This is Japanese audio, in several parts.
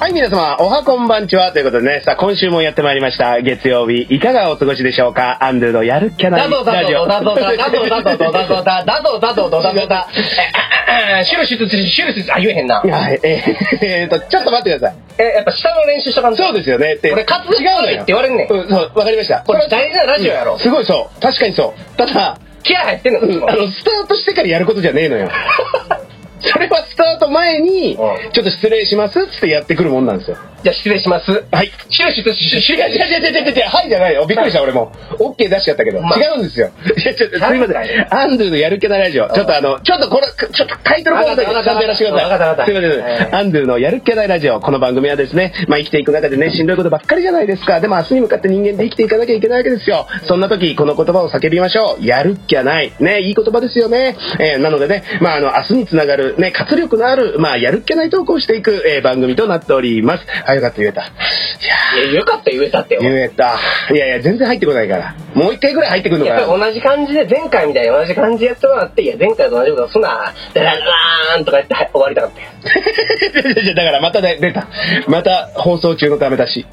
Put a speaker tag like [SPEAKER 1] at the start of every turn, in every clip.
[SPEAKER 1] はい、皆様、おはこんばんちは。ということでね、さあ、今週もやってまいりました。月曜日、いかがお過ごしでしょうかアンドゥのやるっきゃな
[SPEAKER 2] だ
[SPEAKER 1] い
[SPEAKER 2] ぞだ
[SPEAKER 1] ラジオ。
[SPEAKER 2] ぞだぞだぞだぞだぞだぞだだぞだぞだぞだぞだ。え、シュルシュツシュルシュツあ言えへんな。
[SPEAKER 1] はい、えー、えーと、ちょっと待ってください。
[SPEAKER 2] え、やっぱ下の練習した感じ。。
[SPEAKER 1] そうですすよね。で
[SPEAKER 2] 俺滑舌
[SPEAKER 1] 違うの
[SPEAKER 2] 悪い
[SPEAKER 1] よ
[SPEAKER 2] って言われんねん
[SPEAKER 1] うん、そう、わかりました。
[SPEAKER 2] これ大事なラジオやろ。
[SPEAKER 1] すごいそう。確かにそう。ただ、
[SPEAKER 2] 気合入ってんの。
[SPEAKER 1] うんあの、スタートしてからやることじゃねえの よ。それはスタート前に、ちょ
[SPEAKER 2] うん
[SPEAKER 1] っと失礼しますっつってやってくるもんなんですよ。
[SPEAKER 2] じゃあ失礼します。
[SPEAKER 1] はい。
[SPEAKER 2] シュルシュツシュシュ
[SPEAKER 1] いや、違う違う違う違う違う、はいじゃないよ。びっくりした、俺も。オッケー出しちゃったけど。
[SPEAKER 2] まあ
[SPEAKER 1] 違うんですよ。いや、ちょっと、すいません。アンドゥのやる気なラジオ。ちょっとあの、ちょっとこれ、ちょっとタイトルコールだけち
[SPEAKER 2] わか
[SPEAKER 1] ゃん
[SPEAKER 2] った
[SPEAKER 1] とやらせてください。
[SPEAKER 2] わかったわかっ
[SPEAKER 1] す
[SPEAKER 2] た
[SPEAKER 1] いませんすい
[SPEAKER 2] は
[SPEAKER 1] ませ
[SPEAKER 2] い
[SPEAKER 1] ん。アンドゥのやる気ないラジオ。この番組はですね、まあ生きていく中でね、しんどいことばっかりじゃないですか。でも明日に向かって人間で生きていかなきゃいけないわけですよ。そんな時、この言葉を叫びましょう。やる気はない。ね、いい言葉ですよね。えーなのでね、まああの、明日につながる、ね、活力のある、まあやる気ない投稿をしていく、えー番組となっております。あ、よかった、言えた。いやー
[SPEAKER 2] いやよかった言えたってよ。
[SPEAKER 1] 言えた。いやいや、全然入ってこないから。もう一回 ぐらい入ってくるのか
[SPEAKER 2] やっぱ
[SPEAKER 1] な。
[SPEAKER 2] り同じ感じで前回みたいに同じ感じやってもらっていや前回と同じことそんなダララーンとかやってはい終わりたかった
[SPEAKER 1] だ
[SPEAKER 2] よ
[SPEAKER 1] からまたね、出た。また放送中のダメ出し。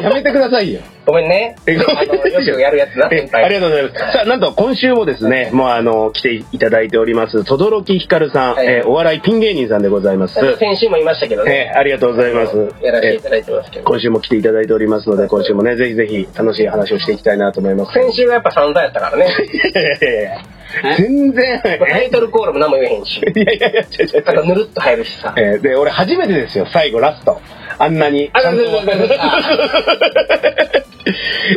[SPEAKER 1] やめてくださいよ。
[SPEAKER 2] ごめんね
[SPEAKER 1] えごめん
[SPEAKER 2] あのよくやるやつな
[SPEAKER 1] えありがとうございます。さあ、なんと今週もですね、もうあの、来ていただいております、とどろきひかるさん、
[SPEAKER 2] はい
[SPEAKER 1] えーお笑いピン芸人さんでございます。
[SPEAKER 2] 先週も言いましたけどね、
[SPEAKER 1] えーありがとうございます。
[SPEAKER 2] やらせてい
[SPEAKER 1] えー
[SPEAKER 2] ただいてますけど、
[SPEAKER 1] 今週も来ていただいておりますので、今週もね、ぜひぜひ楽しい話をしていきたいなと思います。
[SPEAKER 2] 先週はやっぱ散々やったからね
[SPEAKER 1] いやいやいやいや 全然、
[SPEAKER 2] まあタイトルコールも何も言えへん し
[SPEAKER 1] いやいやいや、違う違う違う
[SPEAKER 2] あとぬるっと入るしさ
[SPEAKER 1] えーで、俺初めてですよ、最後、ラスト。あんなに。
[SPEAKER 2] あ
[SPEAKER 1] ちゃんと
[SPEAKER 2] そうそうそうそう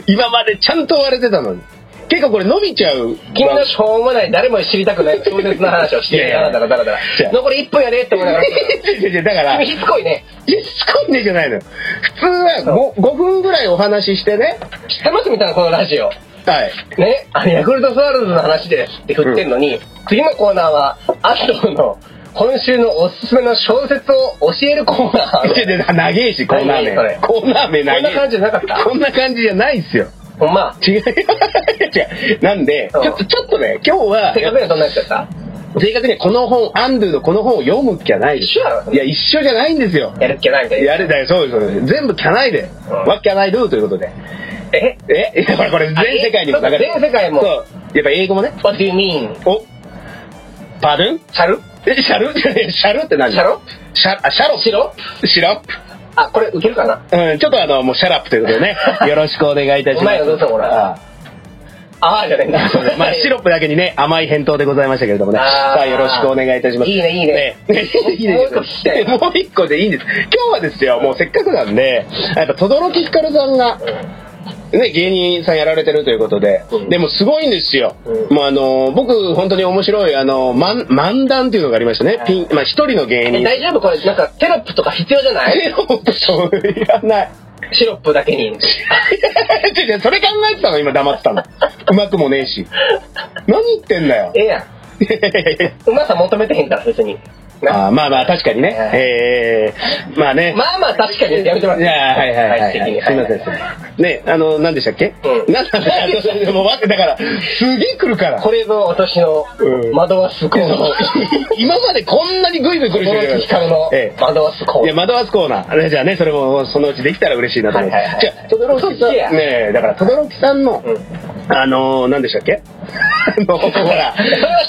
[SPEAKER 1] 今までちゃんと追われてたのに。結構これ伸びちゃう。
[SPEAKER 2] 君のしょうもない誰も知りたくない壮絶な話をして
[SPEAKER 1] いやい
[SPEAKER 2] だ
[SPEAKER 1] や
[SPEAKER 2] らだらだらだ
[SPEAKER 1] じゃ
[SPEAKER 2] ら
[SPEAKER 1] あ
[SPEAKER 2] 残り1分やでって思いなが ら
[SPEAKER 1] いやいやだから、い
[SPEAKER 2] 君しつこいね
[SPEAKER 1] や、しつこいねじゃないのよ。普通は 5, 5分ぐらいお話ししてね。
[SPEAKER 2] 知ってますみたいなこのラジオ
[SPEAKER 1] はい。
[SPEAKER 2] ね、あのヤクルトスワローズの話ですって振ってんのに、次のコーナーは、アストロの今週のおすすめの小説を教えるコーナー。
[SPEAKER 1] いやいや長えし、コーナー名
[SPEAKER 2] 何それ。
[SPEAKER 1] コーナー名長
[SPEAKER 2] こ
[SPEAKER 1] え。
[SPEAKER 2] んな感じじゃなかった
[SPEAKER 1] こんな感じじゃないっすよ。
[SPEAKER 2] ほんま、
[SPEAKER 1] 違うよ。 違う。なんで、ち
[SPEAKER 2] うん
[SPEAKER 1] ょっと、ちょっとね、今日は
[SPEAKER 2] せ、っかくやどんなやつやった
[SPEAKER 1] 正確にはこの本、アンドゥのこの本を読むっきゃないです
[SPEAKER 2] 一緒やろ
[SPEAKER 1] いや、一緒じゃないんですよ。
[SPEAKER 2] やるっけないみたいな。
[SPEAKER 1] やれだよ、そうです、そうです。全部キャナイで、
[SPEAKER 2] うん
[SPEAKER 1] わキャナイドゥということで。
[SPEAKER 2] え
[SPEAKER 1] え、 いやこれ、これ全世界にも流れ
[SPEAKER 2] あえそうか全世界も
[SPEAKER 1] そう。やっぱ英語もね。
[SPEAKER 2] ?What do you mean?
[SPEAKER 1] お、パドゥン
[SPEAKER 2] シャル
[SPEAKER 1] え、シャル シャルって何
[SPEAKER 2] シャロ
[SPEAKER 1] シャ、あ、シャロ
[SPEAKER 2] シロ
[SPEAKER 1] プ。シロップ。
[SPEAKER 2] あ、これウケるかな
[SPEAKER 1] うん、ちょっとあの、もうシャラップということで ね。よろしくお願いいたします。
[SPEAKER 2] うまいよどうぞほら
[SPEAKER 1] あ
[SPEAKER 2] あーじゃねえんだ。
[SPEAKER 1] まあ、シロップだけにね、甘い返答でございましたけれどもね。
[SPEAKER 2] あー
[SPEAKER 1] さあ、よろしくお願いいたします。
[SPEAKER 2] いいねいいね
[SPEAKER 1] ね いいね
[SPEAKER 2] もう一個聞きたい
[SPEAKER 1] もう一個でいいんです。今日はですよ、もうせっかくなんで、やっぱ、とどろきひかるさんが、ね、芸人さんやられてるということで、
[SPEAKER 2] うん
[SPEAKER 1] でもすごいんですよ。
[SPEAKER 2] うん
[SPEAKER 1] もうあのー僕、本当に面白い、あのー、漫漫談っていうのがありましたね。ピン、まあ、一人の芸
[SPEAKER 2] え
[SPEAKER 1] 人。
[SPEAKER 2] 大丈夫これ、なんかテロップとか必要じゃない
[SPEAKER 1] テロップそういらない。
[SPEAKER 2] シロップだけに。
[SPEAKER 1] 違う違うそれ考えてたの今黙ってたの。うまくもねえし。何言ってんだよ
[SPEAKER 2] え。えやん。
[SPEAKER 1] いやいやいや
[SPEAKER 2] うまさ求めてへんから、別に。な
[SPEAKER 1] あーまあまあ確かにね。
[SPEAKER 2] はい
[SPEAKER 1] ええまあね。
[SPEAKER 2] まあまあ確かにやめてもらっ
[SPEAKER 1] い
[SPEAKER 2] て。
[SPEAKER 1] やはいはいはいはい。
[SPEAKER 2] 体質的に
[SPEAKER 1] すいませんすいません。ねあの何でしたっけ？
[SPEAKER 2] うん
[SPEAKER 1] なんだでもわけだからすげえ来るから
[SPEAKER 2] こ。れぞ私の
[SPEAKER 1] うん
[SPEAKER 2] 惑わすコーナー。
[SPEAKER 1] 今までこんなにグイグイ来る人いな
[SPEAKER 2] 驚
[SPEAKER 1] い
[SPEAKER 2] き光の
[SPEAKER 1] ええ
[SPEAKER 2] 惑わすコ
[SPEAKER 1] い
[SPEAKER 2] ー
[SPEAKER 1] や、
[SPEAKER 2] ナー。
[SPEAKER 1] 惑わすコーナー。ねじゃあね、それもそのうちできたら嬉しいなと思って。
[SPEAKER 2] はいはいはい
[SPEAKER 1] じゃあ、とどろきさん、
[SPEAKER 2] 嘘つけや
[SPEAKER 1] ねえ、だから、とどろきさんの、
[SPEAKER 2] うん
[SPEAKER 1] あのー、何でしたっ けあの、ほら
[SPEAKER 2] そ、れは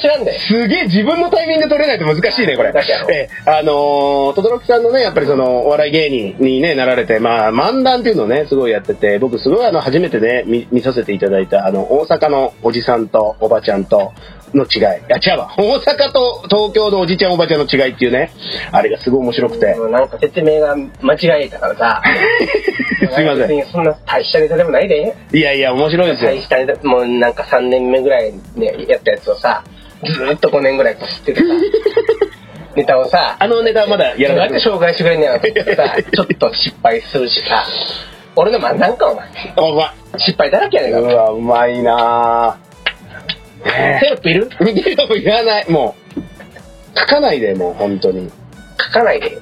[SPEAKER 2] 知ら んで。
[SPEAKER 1] すげえ自分のタイミングで取れないと難しいね、これ
[SPEAKER 2] だけやろ。
[SPEAKER 1] ええ、あのー、とどろきさんのね、やっぱりその、お笑い芸人にね、なられて、まあ、漫談っていうのをね、すごいやってて、僕、すごいあの、初めてね、見見させていただいた、あの、大阪のおじさんとおばちゃんと、の違い。あ、違うわ。大阪と東京のおじちゃんおばちゃんの違いっていうね、あれがすごい面白くて。
[SPEAKER 2] なんか説明が間違えたからさ。
[SPEAKER 1] すいませ
[SPEAKER 2] 別
[SPEAKER 1] ん。
[SPEAKER 2] にそんな大したネタでもないで。
[SPEAKER 1] いやいや、面白いです
[SPEAKER 2] 大
[SPEAKER 1] よ。
[SPEAKER 2] したネタ、もうなんか3年目ぐらいね、やったやつをさ、ずーっと5年ぐらいこすって てさ、ネタをさ、
[SPEAKER 1] あのネタはまだや
[SPEAKER 2] どう
[SPEAKER 1] らな
[SPEAKER 2] やっ
[SPEAKER 1] く
[SPEAKER 2] て
[SPEAKER 1] て。
[SPEAKER 2] 紹介してくれんねやろと思っ てさ、ちょっと失敗するしさ、俺の漫談か、お前。
[SPEAKER 1] あうま
[SPEAKER 2] 失敗だらけや
[SPEAKER 1] い。
[SPEAKER 2] ね
[SPEAKER 1] うん
[SPEAKER 2] か。
[SPEAKER 1] わ、うまいなぁ。
[SPEAKER 2] テ
[SPEAKER 1] ね
[SPEAKER 2] ロップいる
[SPEAKER 1] え。見て もいらない。もう。書かないで、もう、本当に。
[SPEAKER 2] 書かないで。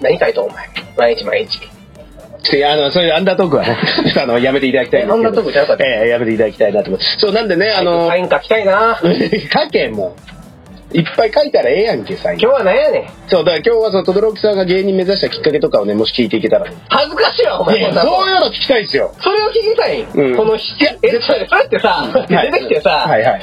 [SPEAKER 2] 何書いとんお前。毎日毎日。
[SPEAKER 1] ちょっとあの、そういうアンダートークはね、 ちょっとあの、やめていただきたいんですけど
[SPEAKER 2] アンダートークじゃなかった
[SPEAKER 1] ええやめていただきたいなと思って。そう、なんでね、あの
[SPEAKER 2] サ、イン書きたいな。
[SPEAKER 1] 書け、もう。いっぱい書いたらええやんけ、最
[SPEAKER 2] 今日
[SPEAKER 1] 近。
[SPEAKER 2] は何やねん。
[SPEAKER 1] そう、だから今日はその、轟さんが芸人目指したきっかけとかをね、もし聞いていけたら。い
[SPEAKER 2] 恥ずかしいわ、お
[SPEAKER 1] や
[SPEAKER 2] 前。こんなも
[SPEAKER 1] そ
[SPEAKER 2] ん
[SPEAKER 1] ういうの聞きたいんですよ。
[SPEAKER 2] それを聞きたい、
[SPEAKER 1] うん
[SPEAKER 2] このひ
[SPEAKER 1] いや
[SPEAKER 2] え、それそれってさ、出てきてさ、
[SPEAKER 1] はいはい。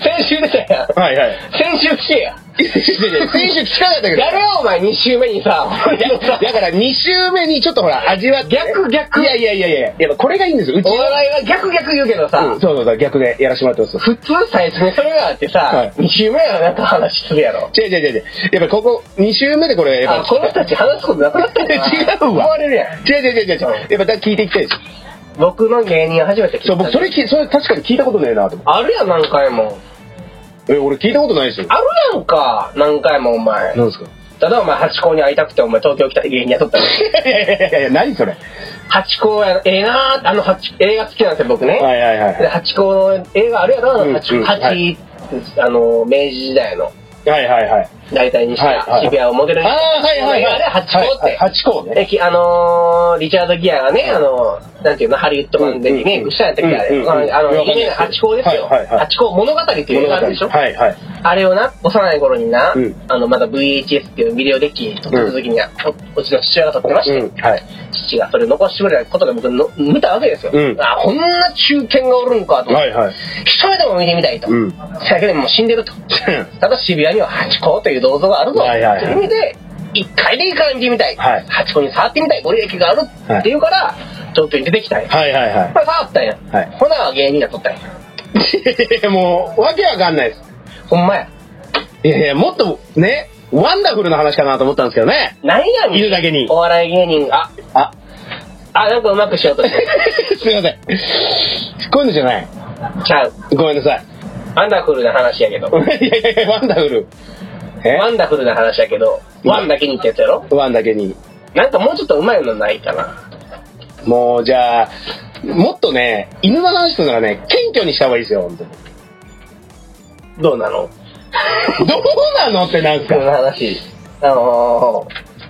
[SPEAKER 2] 先週出たやん。
[SPEAKER 1] はいはい。
[SPEAKER 2] 先週聞けや。
[SPEAKER 1] いやいやいや先週聞かなかったけど。
[SPEAKER 2] やれよ、お前、2週目にさ、俺のさ、
[SPEAKER 1] だから2週目にちょっとほら、 味わって。
[SPEAKER 2] 逆逆
[SPEAKER 1] いやいやいやいや、やっぱこれがいいんですよ。うち
[SPEAKER 2] お
[SPEAKER 1] の
[SPEAKER 2] 笑いは逆逆言うけどさ、
[SPEAKER 1] うんそうそうそう、逆でやらせてもらってます。
[SPEAKER 2] 普通最初にそれがあってさ、
[SPEAKER 1] はい
[SPEAKER 2] 2週目はなんか話するやろ。
[SPEAKER 1] 違う違う違う違う。やっぱりここ2週目でこれ、や
[SPEAKER 2] あ
[SPEAKER 1] っ、ぱ
[SPEAKER 2] この人たち話すことなくなったんだな
[SPEAKER 1] 違うわ
[SPEAKER 2] 思われるやん。
[SPEAKER 1] 違う違う違う違う。やっぱだ聞いていきたいです。
[SPEAKER 2] 僕の芸人初めて聞いた。
[SPEAKER 1] そう、僕それ聞い、それ確かに聞いたことねえなと思っ
[SPEAKER 2] あるやん、何回も。
[SPEAKER 1] て。え、俺聞いたことないですよ。
[SPEAKER 2] あるやんか、何回もお前。
[SPEAKER 1] なん ですか
[SPEAKER 2] ただお前、ハチ公に会いたくて、お前東京来た芸人雇ったの。
[SPEAKER 1] いやいやいやいや、何それ。は
[SPEAKER 2] ハチ公や、ええなーあの、ハチ、映画好きなんですよ、僕ね。
[SPEAKER 1] いはいは
[SPEAKER 2] で、
[SPEAKER 1] い。
[SPEAKER 2] ハチ公の映画あるやろ、あの、ハチ、
[SPEAKER 1] うんうん
[SPEAKER 2] ハチ
[SPEAKER 1] はい
[SPEAKER 2] あの、明治時代の、
[SPEAKER 1] はいはいはい。
[SPEAKER 2] 大体にし
[SPEAKER 1] はいは
[SPEAKER 2] た
[SPEAKER 1] い
[SPEAKER 2] 渋谷をモデル
[SPEAKER 1] あ
[SPEAKER 2] にした。
[SPEAKER 1] あ、はいはいはい。
[SPEAKER 2] あれ、ハチ公って。
[SPEAKER 1] はい八甲ね。
[SPEAKER 2] えきあのー、リチャード・ギアがね、あのー、なんていうの、ハリウッド版でリメイクしたんやったっけ、
[SPEAKER 1] う
[SPEAKER 2] あ
[SPEAKER 1] んうんうんうん
[SPEAKER 2] れ。
[SPEAKER 1] いや
[SPEAKER 2] あの、
[SPEAKER 1] わかんない
[SPEAKER 2] リメイク、ハチ公ですよ。
[SPEAKER 1] はいはいはい
[SPEAKER 2] ハチ公物語っていう映画あるでしょ、
[SPEAKER 1] はいはい。
[SPEAKER 2] あれをな、幼い頃にな、
[SPEAKER 1] うん
[SPEAKER 2] あの、まだ VHS っていうビデオデッキに撮ってた時には、うちの父親が撮ってまして、
[SPEAKER 1] うん、はい。
[SPEAKER 2] 父がそれを残してくれたことが僕の見たわけですよ。
[SPEAKER 1] うん
[SPEAKER 2] あ、こんな中堅がおるんかと。
[SPEAKER 1] はいはい。
[SPEAKER 2] 一人でも見てみたいと。
[SPEAKER 1] うん
[SPEAKER 2] だけどもう死んでると。ただ渋谷にはハチ公という銅像があるぞ。
[SPEAKER 1] はいはいはい
[SPEAKER 2] という意味で、一回でいいから見てみたい。
[SPEAKER 1] はい
[SPEAKER 2] ハチ公に触ってみたい。ご利益がある
[SPEAKER 1] はい
[SPEAKER 2] っていうから、東京に出てきたんや。
[SPEAKER 1] はいはいは
[SPEAKER 2] これ触ったんや。
[SPEAKER 1] はい
[SPEAKER 2] ほな芸人になっとったんや。
[SPEAKER 1] い。い やもう、わけわかんないです。
[SPEAKER 2] ほんまや。
[SPEAKER 1] いやいや、もっと、ね、ワンダフルな話かなと思ったんですけどね。
[SPEAKER 2] 何やねん。
[SPEAKER 1] いるだけに
[SPEAKER 2] お笑い芸人が、
[SPEAKER 1] あ、
[SPEAKER 2] あ、なんかうまくしようとしてる。
[SPEAKER 1] すいません。こういうのじゃない。
[SPEAKER 2] ちゃう。
[SPEAKER 1] ごめんなさい。
[SPEAKER 2] ワンダフルな話やけど。
[SPEAKER 1] い やいやいや、ワンダフル。え
[SPEAKER 2] ワンダフルな話やけど、ワンだけにってやつやろ
[SPEAKER 1] ワンだけに。
[SPEAKER 2] なんかもうちょっとうまいのないかな。
[SPEAKER 1] もう、じゃあ、もっとね、犬の話とならね、謙虚にした方がいいですよ、本当に。
[SPEAKER 2] どうなの
[SPEAKER 1] どうなのってなんす
[SPEAKER 2] そ
[SPEAKER 1] か。
[SPEAKER 2] の話。あの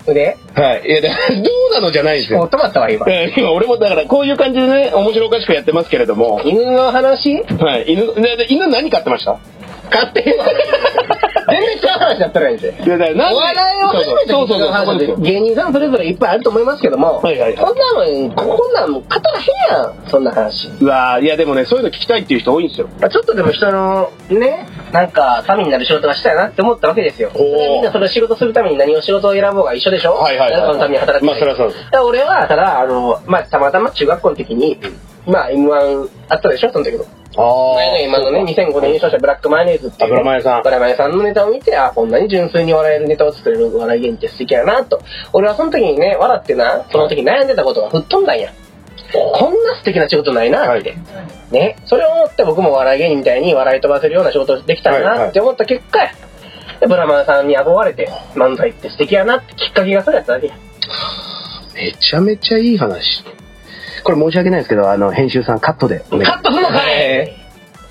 [SPEAKER 2] ー、で、
[SPEAKER 1] はい。いや、だからどうなのじゃないんです
[SPEAKER 2] もう
[SPEAKER 1] よ。
[SPEAKER 2] 止まったわ、今
[SPEAKER 1] う。ん今俺もだからこういう感じでね、面白おかしくやってますけれども。
[SPEAKER 2] 犬の話
[SPEAKER 1] はい。犬、でで犬何飼ってました
[SPEAKER 2] 勝手に。 全然違う話だったらいいんですよ。
[SPEAKER 1] いやだからなん
[SPEAKER 2] お
[SPEAKER 1] で
[SPEAKER 2] 笑いを初めて
[SPEAKER 1] そうそうそうそう
[SPEAKER 2] 聞く話で芸人さんそれぞれいっぱいあると思いますけども、
[SPEAKER 1] はいはいはい
[SPEAKER 2] こんなのこんなん語らへんやんそんな話
[SPEAKER 1] うわーいやでもねそういうの聞きたいっていう人多いんですよ
[SPEAKER 2] まあちょっとでも人のねなんか民になる仕事がしたいなって思ったわけですよ
[SPEAKER 1] おー
[SPEAKER 2] それはみんなそれを仕事するために何を仕事を選ぼうが一緒でしょ
[SPEAKER 1] はいはいはい
[SPEAKER 2] 誰かのために働く
[SPEAKER 1] まあそれはそうです
[SPEAKER 2] だから俺はただあの、まあ、たまたま中学校の時に、まあ m 1あったでしょその時の
[SPEAKER 1] ああ
[SPEAKER 2] 前の今のね2005年優勝したブラックマヨネーズっていう、ね、
[SPEAKER 1] あブラマヨさん
[SPEAKER 2] ブラマヨさんのネタを見てあこんなに純粋に笑えるネタを作れるお笑い芸人って素敵やなと俺はその時にね笑ってなその時悩んでたことが吹っ飛んだんやこんな素敵な仕事ないなって、ねそれを思って僕もお笑い芸人みたいに笑い飛ばせるような仕事できたら
[SPEAKER 1] はいはい
[SPEAKER 2] なって思った結果やでブラマヨさんに憧れて漫才って素敵やなってきっかけがそれやっただけや
[SPEAKER 1] めちゃめちゃいい話これ申し訳ないですけどあの編集さんカットでお願い
[SPEAKER 2] カットすんのかい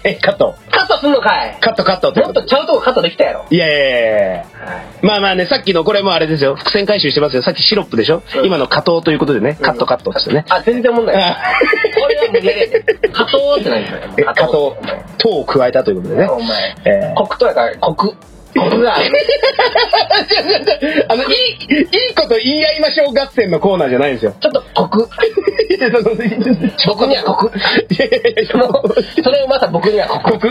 [SPEAKER 1] えカット
[SPEAKER 2] カットすんのかい
[SPEAKER 1] カットカットって
[SPEAKER 2] も
[SPEAKER 1] こ
[SPEAKER 2] っとちゃうとこカットできたやろ
[SPEAKER 1] いやいやいやいやまあまあねさっきのこれもあれですよ伏線回収してますよさっきシロップでしょ
[SPEAKER 2] うん
[SPEAKER 1] 今の加藤ということでねカットカットですよね
[SPEAKER 2] あ、全然問題ない。これは無理やりやで。加藤って何
[SPEAKER 1] え加藤
[SPEAKER 2] お前。
[SPEAKER 1] 糖を加えたということでね
[SPEAKER 2] お前。
[SPEAKER 1] えー
[SPEAKER 2] 黒糖やから、黒。黒がある。
[SPEAKER 1] あの、いい、いいこと言い合いましょう合戦のコーナーじゃないんですよ。
[SPEAKER 2] ちょっと黒。
[SPEAKER 1] いや、その、いやいやい
[SPEAKER 2] 僕には黒。
[SPEAKER 1] やいや、も
[SPEAKER 2] も
[SPEAKER 1] う、
[SPEAKER 2] うそれをまた僕には
[SPEAKER 1] コ
[SPEAKER 2] 黒。
[SPEAKER 1] ク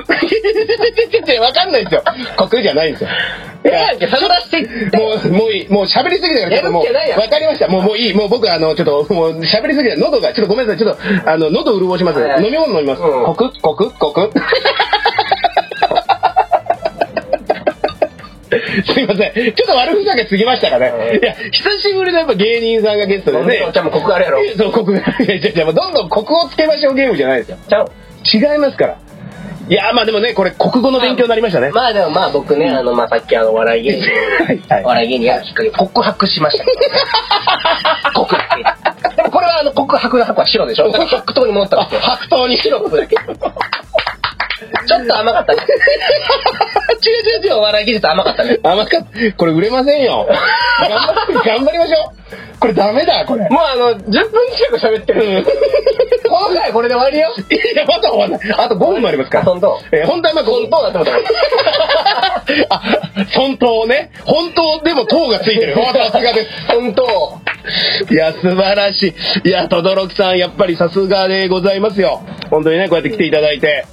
[SPEAKER 1] わかんないですよ。コクじゃないんですよ。
[SPEAKER 2] ええやんけ、探してって。
[SPEAKER 1] もう、もういい。もう喋りすぎだから、ちょっとも
[SPEAKER 2] やる気ないや
[SPEAKER 1] う、
[SPEAKER 2] ん
[SPEAKER 1] わかりました。もう、もういい。もう僕、あの、ちょっと、もう喋りすぎだ。喉が、ちょっとごめんなさい。ちょっと、あの、喉潤します
[SPEAKER 2] はいは。い
[SPEAKER 1] 飲み物飲みます。
[SPEAKER 2] うん
[SPEAKER 1] コクコクコ クすいません。ちょっと悪ふざけすぎましたかね。
[SPEAKER 2] うん
[SPEAKER 1] いや、久しぶりのやっぱ芸人さんがゲストでね
[SPEAKER 2] お。茶も黒あるやろ。
[SPEAKER 1] そう、コクが。いやいやいや、もうどんどんコクをつけましょうゲームじゃないですよ。
[SPEAKER 2] ちゃう。
[SPEAKER 1] 違いますから。いやーまあでもねこれ国語の勉強になりましたね。
[SPEAKER 2] まあでもまあ僕ね、あの、まあさっきあの、笑い芸
[SPEAKER 1] はい
[SPEAKER 2] 人
[SPEAKER 1] は、い
[SPEAKER 2] お笑い芸人やるきっかけ、告白しましたけどね。 告白。でもこれはあの、告白の箱は白でしょだから白桃に戻ったんですよ。
[SPEAKER 1] 白桃に
[SPEAKER 2] シロップだけ。ちょっと甘かったね。 違う違う違う、お笑い技術甘かったね。
[SPEAKER 1] 甘かったこれ売れませんよ。頑張頑張りましょう。これダメだこれ。
[SPEAKER 2] もうあの、10分近く喋ってる。こん分ぐらいこれで終わりよ。
[SPEAKER 1] いや、まだ終わんない。あと5分もありますから。
[SPEAKER 2] あ本当
[SPEAKER 1] えー本当はまあ、こ
[SPEAKER 2] 本当だってことだよ。
[SPEAKER 1] う、あ、本当ね。本当でも党がついてる。さすがです。
[SPEAKER 2] 本当。
[SPEAKER 1] いや、素晴らしい。いや、轟さん、やっぱりさすがでございますよ。本当にね、こうやって来ていただいて。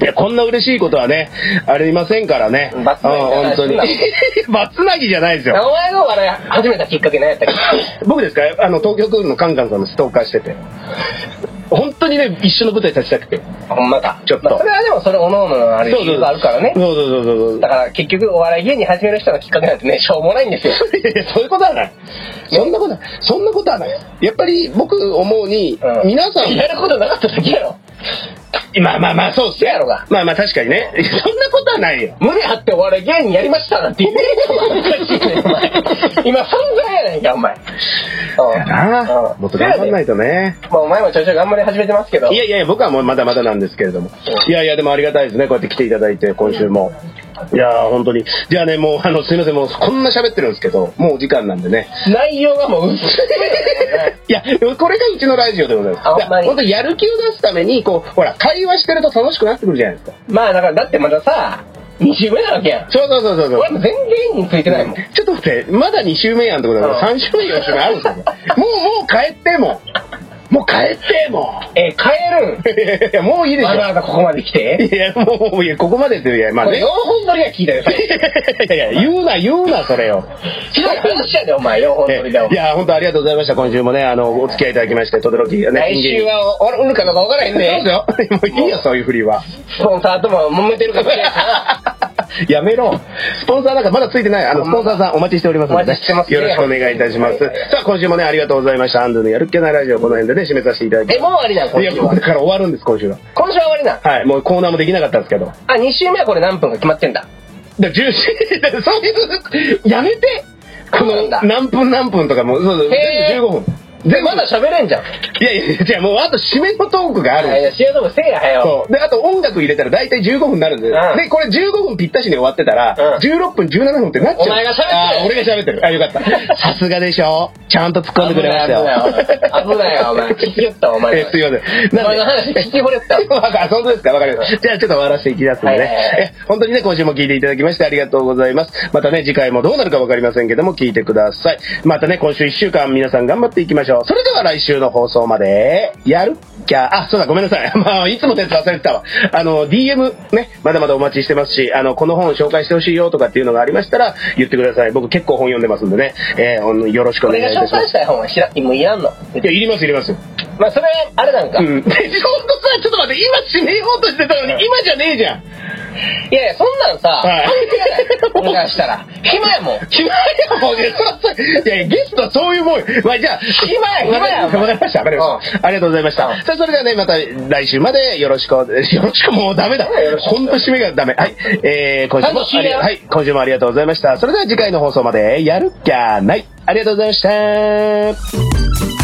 [SPEAKER 2] う
[SPEAKER 1] いや、こんな嬉しいことはね、ありませんからね。
[SPEAKER 2] バツナギじゃ
[SPEAKER 1] うん
[SPEAKER 2] ない
[SPEAKER 1] 本当に。 バツナギじゃないです
[SPEAKER 2] ん。
[SPEAKER 1] よ。
[SPEAKER 2] お前が笑い始めたきっかけ何やったっけ
[SPEAKER 1] 僕ですかあの、東京クールのカンカンさんのストーカーしてて。本当にね、一緒の舞台立ちたくて。
[SPEAKER 2] ほんまか。
[SPEAKER 1] ちょっと
[SPEAKER 2] まあそれはでもそれ、おのおののあれ、理由があるからね
[SPEAKER 1] そ。うそうそうそう。
[SPEAKER 2] だから結局お笑い芸人始める人のきっかけなんてね、しょうもないんですよ。
[SPEAKER 1] いやいや、そういうことはない。そんなことはない。そんなことはない。やっぱり僕思うに、
[SPEAKER 2] うん
[SPEAKER 1] 皆さん、
[SPEAKER 2] やることなかっただけやろ。
[SPEAKER 1] まあまあまあ、そうっす
[SPEAKER 2] せやろが
[SPEAKER 1] まあまあ、確かにね。そんなことはないよ。
[SPEAKER 2] 胸張ってお笑い芸人やりましたなんて言える人もおかしいねお前。今存在やないか、お前。
[SPEAKER 1] だな
[SPEAKER 2] うん
[SPEAKER 1] もっと頑張んないとね。
[SPEAKER 2] まあお前もちょいちょい頑張り始めてますけど。
[SPEAKER 1] いやいやいや、僕はもうまだまだなんですけれども。いやいや、でもありがたいですね。こうやって来ていただいて、今週も。いやー、本当に。じゃあね、もう、あの、すいません、もう、こんな喋ってるんですけど、もうお時間なんでね。
[SPEAKER 2] 内容がもう薄いね。
[SPEAKER 1] いや、これがうちのラジオでございます。
[SPEAKER 2] あほんまに
[SPEAKER 1] 本当やる気を出すために、こう、ほら、会話してると楽しくなってくるじゃないですか。
[SPEAKER 2] まあだからだってまださ、2週目なわけやん。
[SPEAKER 1] そうそうそうそうそう。
[SPEAKER 2] 俺も全然芸人ついてないもん。
[SPEAKER 1] ちょっと待って、まだ2週目やんってことだから、
[SPEAKER 2] う
[SPEAKER 1] 3週目、4週目あるんですよ。もう、もう帰っても。もう帰っても。
[SPEAKER 2] えー、帰るん
[SPEAKER 1] いやいや、もういいでし
[SPEAKER 2] わざわざここまで来て。
[SPEAKER 1] ょ。いや、もう、いや、ここまでって、いや、まあ
[SPEAKER 2] これ
[SPEAKER 1] ね。
[SPEAKER 2] 4本撮りが聞いたよ、さっき
[SPEAKER 1] いやいやいや、言うな、言うな、それよ。
[SPEAKER 2] ひどい話やで、お前、4本撮りだ、お
[SPEAKER 1] い
[SPEAKER 2] 前。
[SPEAKER 1] や、本当ありがとうございました。今週もね、あの、お付き合いいただきまして、とどろき、ね、
[SPEAKER 2] 来週はおおるかどうかわからへん
[SPEAKER 1] 人間
[SPEAKER 2] ね。
[SPEAKER 1] そうですよ。もういいよ、そういうふりは。
[SPEAKER 2] スポンサーとも揉めてるかもしれな いから。
[SPEAKER 1] やめろ。スポンサーなんかまだついてない。あの、スポンサーさんお待ちしておりますので、
[SPEAKER 2] お待ちしてますね
[SPEAKER 1] よろしくお願いいたします。
[SPEAKER 2] はい
[SPEAKER 1] さあ、今週もね、ありがとうございました。アンドゥのやるっけないラジオ、この辺でね、締めさせていただき
[SPEAKER 2] え、もう終わりなん、
[SPEAKER 1] ます。
[SPEAKER 2] 今
[SPEAKER 1] いや、
[SPEAKER 2] 週
[SPEAKER 1] こ
[SPEAKER 2] は
[SPEAKER 1] れ。から終わるんです、今週は。
[SPEAKER 2] 今週は終わりなん。
[SPEAKER 1] はい、もうコーナーもできなかったんですけど。だか
[SPEAKER 2] あ、2週目はこれ何分か決まってんだ。
[SPEAKER 1] ら、重視、だからそういう、やめてこ
[SPEAKER 2] そうなんだ
[SPEAKER 1] の、何分何分とかも、そうそう、
[SPEAKER 2] へー
[SPEAKER 1] 全部15分。
[SPEAKER 2] で、まだ喋れんじゃん。
[SPEAKER 1] いやいやいや、もうあと締めのトークがあるん
[SPEAKER 2] い
[SPEAKER 1] です
[SPEAKER 2] や、試合でもせえや、早よ。
[SPEAKER 1] そう。で、あと音楽入れたら大体15分になるんで、
[SPEAKER 2] うん
[SPEAKER 1] で、これ15分ぴったしで終わってたら、
[SPEAKER 2] うん
[SPEAKER 1] 16分、17分ってなっちゃう。
[SPEAKER 2] お前が喋ってる
[SPEAKER 1] あー俺が喋ってる。あ、よかった。 さすがでしょちゃんと突っ込んでくれました よ。
[SPEAKER 2] 危ない危ない危な いお前聞きよったわお前
[SPEAKER 1] え、すいません。
[SPEAKER 2] お前の話聞き惚れてた
[SPEAKER 1] わかる、本当ですかわかりました。じゃあちょっと終わらせていきますんで
[SPEAKER 2] はいはいは
[SPEAKER 1] ね。え、本当にね、今週も聞いていただきましてありがとうございます。またね、次回もどうなるかわかりませんけども、聞いてください。またね、今週1週間皆さん頑張っていきましょう。それでは来週の放送まで、やるっきゃ、あ、そうだ、ごめんなさい。 まあ、いつものやつ忘れてたわ。あの、DM ね、まだまだお待ちしてますし、あの、この本紹介してほしいよとかっていうのがありましたら、言ってください。僕結構本読んでますんでね、えーあのよろしくお
[SPEAKER 2] こ
[SPEAKER 1] 願い
[SPEAKER 2] れ
[SPEAKER 1] い
[SPEAKER 2] が
[SPEAKER 1] た
[SPEAKER 2] 紹
[SPEAKER 1] しま
[SPEAKER 2] 介
[SPEAKER 1] す
[SPEAKER 2] し。たい本は知らもういらんの
[SPEAKER 1] いや、いります、いります。
[SPEAKER 2] まあそれあれなんか、
[SPEAKER 1] う
[SPEAKER 2] い
[SPEAKER 1] ん。で、ちょうどさ、ちょっと待って、今締めようとしてたのに、今じゃねえじゃん。
[SPEAKER 2] やいやそんなんさ、
[SPEAKER 1] はい
[SPEAKER 2] 関係ない俺からしたら暇やもん
[SPEAKER 1] 暇やもんね。いやいや、ゲストはそういうもんよ。まあ、じゃあ、
[SPEAKER 2] 暇や暇や
[SPEAKER 1] わかりました。わかりました。ありがとうございました。
[SPEAKER 2] うん
[SPEAKER 1] さあ、それではね、また来週までよろしくお、 よろしくもうダメだ
[SPEAKER 2] よろし。く
[SPEAKER 1] ほんと締めがダメ。はい。えー、今週も
[SPEAKER 2] ちゃんと締めよ
[SPEAKER 1] ありはい、今週もありがとうございました。それでは次回の放送まで、やるっきゃない。ありがとうございました。